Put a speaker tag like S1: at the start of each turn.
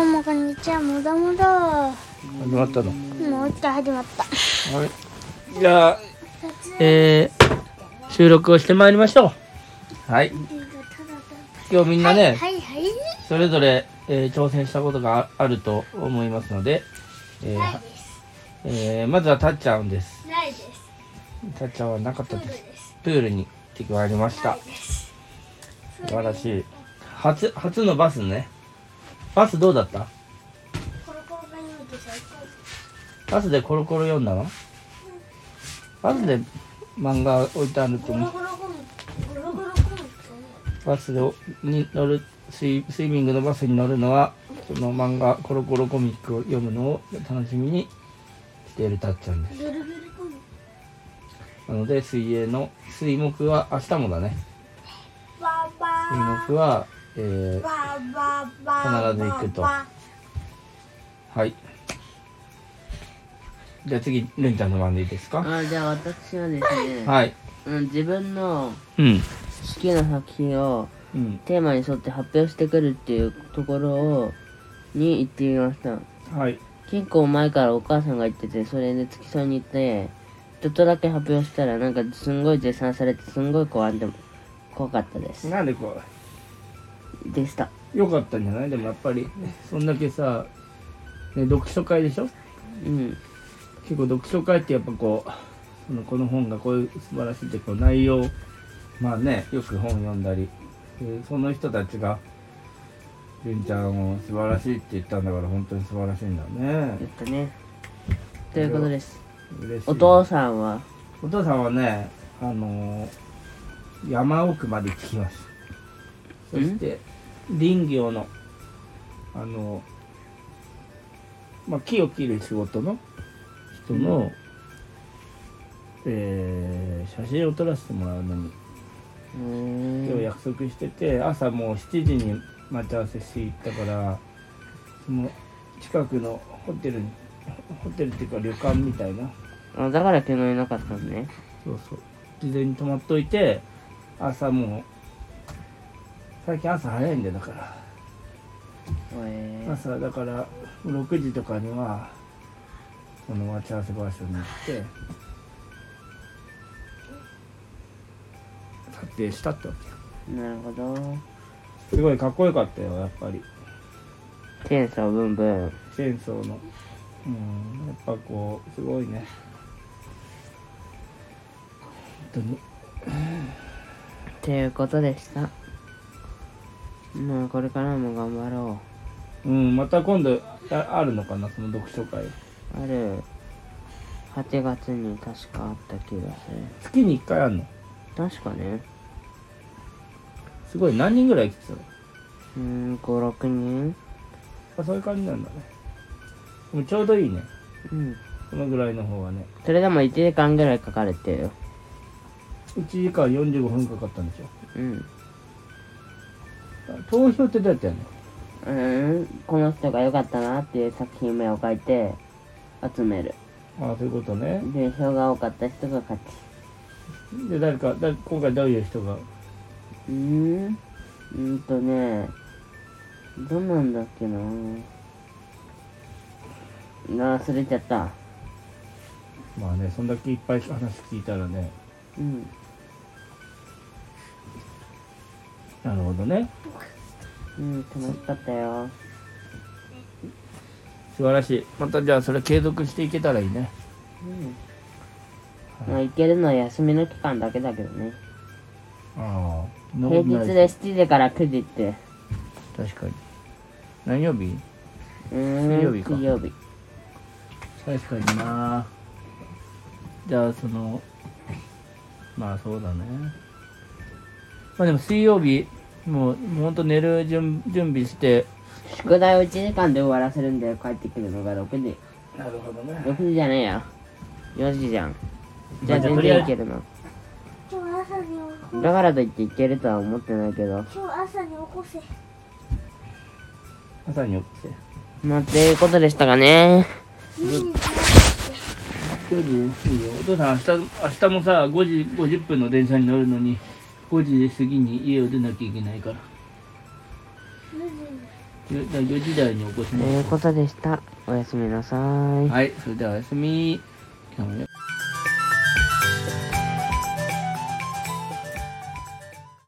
S1: ちゃんもだもだ
S2: 始まったの
S1: もう一回始まった
S2: あれじゃあ、えー、収録をしてまいりましょうはい今日みんなね、
S1: はいはい
S2: それぞれ、えー挑戦したことがああると思いますので、えー
S1: ないです
S2: えーまずはたっちゃんです
S1: ないです
S2: たっちゃんはなかった
S1: プール
S2: で
S1: です
S2: すプールに行ってまいりまし
S1: な
S2: た
S1: いです
S2: 素晴らしい初初のバスねバスどうだった
S1: コロコロが言うと最高
S2: バスでコロコロ読んだのバスで漫画置いてあると
S1: ゴロ
S2: 思う
S1: ゴロゴムゴロゴロゴム
S2: バスでおに乗るスイスイミングのバスに乗るのはその漫画コロコロコミックを読むのを楽しみにしているたっちゃんです
S1: ぐるぐるゴム
S2: なので水泳の水木は明日もだね
S1: バー
S2: 水
S1: バー
S2: 木は、えー、
S1: バーバーバー
S2: 必ず行くと
S1: バ
S2: はいじゃあ次るんちゃんの番でいいですか
S3: あじゃあ私はですね、
S2: はい
S3: うん、自分の
S2: うん
S3: 好きな作品を
S2: うん
S3: テーマに沿って発表してくるっていうところをに行ってみました
S2: はい
S3: 結構前からお母さんが言っててそれで付き添いに行ってちょっとだけ発表したらなんかすんごい絶賛されてすんごい怖んでも怖かったです
S2: なんでこう
S3: でした
S2: 良かったんじゃないでもやっぱりそんだけさ、ね、読書会でしょ
S3: うん
S2: 結構読書会ってやっぱこうそのこの本がこういう素晴らしいってこう内容まあねよく本読んだり、えーその人たちがりんちゃんを素晴らしいって言ったんだから本当に素晴らしいんだね
S3: やったねということです
S2: 嬉しい
S3: お父さんは
S2: お父さんはねあのー山奥まで行ってきましたそして林業のあのーまあ、木を切る仕事の人の、えー写真を撮らせてもらうのに
S3: うー
S2: 今日
S3: ん
S2: 約束してて朝もう7時に待ち合わせして行ったからその近くのホテルにホテルっていうか旅館みたいな
S3: あだから昨日いなかったのね
S2: そうそう事前に泊まっといて朝もう最近朝早いんだよだから
S3: へー
S2: 朝だから6時とかにはこの待ち合わせ場所に行って撮影したってわけよ
S3: なるほど
S2: すごいかっこよかったよやっぱり
S3: チェーンソーブンブン
S2: チェーンソーのうんやっぱこうすごいね本当に
S3: っていうことでしたもうこれからも頑張ろ
S2: うんまた今度ああるのかなその読書会
S3: うある8月に確かあった気がす
S2: 月に1回あるの
S3: る確かね
S2: すごい何人ぐらい来てたの
S3: うーん56人
S2: あそういう感じなんだねでもちょうどいいね
S3: うん
S2: このぐらいの方がね
S3: それでも1時間ぐらいかかるってよ
S2: 1時間45分かかったんでしょ
S3: うん
S2: 投票ってどうやってやるの
S3: うーんこの人が良かったなっていう作品名を書いて集める
S2: ああそういうことね
S3: で票が多かった人が勝ち
S2: で誰かだ今回どういう人が
S3: うーんうーんとねどんなんだっけなな忘れちゃった
S2: まあねそんだけいっぱい話聞いたらね
S3: うん
S2: なるほどね
S3: うん、楽しかったよ。
S2: 素晴らしいまたじゃあそれ継続していけたらいいね
S3: うん。まあ、行けるのは休みの期間だけだけどね。
S2: ああ
S3: 平日で7時から9時って。
S2: 確かに何曜日
S3: うーん、
S2: 水曜日か
S3: 水曜日。
S2: 確かになじゃあそのまあそうだねまあでも水曜日もうもうほんと寝る準準備して
S3: 宿題を1時間で終わらせるんで帰ってくるのが6時。
S2: なるほどね
S3: 6時じゃねえや。4時じゃん。じゃ
S2: ま
S3: あ
S2: あじゃあと
S3: 全
S2: りあえ
S3: 然
S2: ず
S3: 行けるの。
S1: 今日朝に起こ
S3: だからといって行けるとは思ってないけど。
S1: 今日朝に起こせ
S2: 朝に起きて
S3: まあ、ということでしたかね。
S1: 2時
S2: 4時いいよお父さん明日明日もさ5時50分の電車に乗るのに5時過ぎに家を出なきゃいけないから
S1: 無時に
S2: ラジオ時代に起こし
S3: と
S2: ま
S3: いう
S2: す
S3: ことでした。おやすみなさい。
S2: はいそれではおやすみ今日もね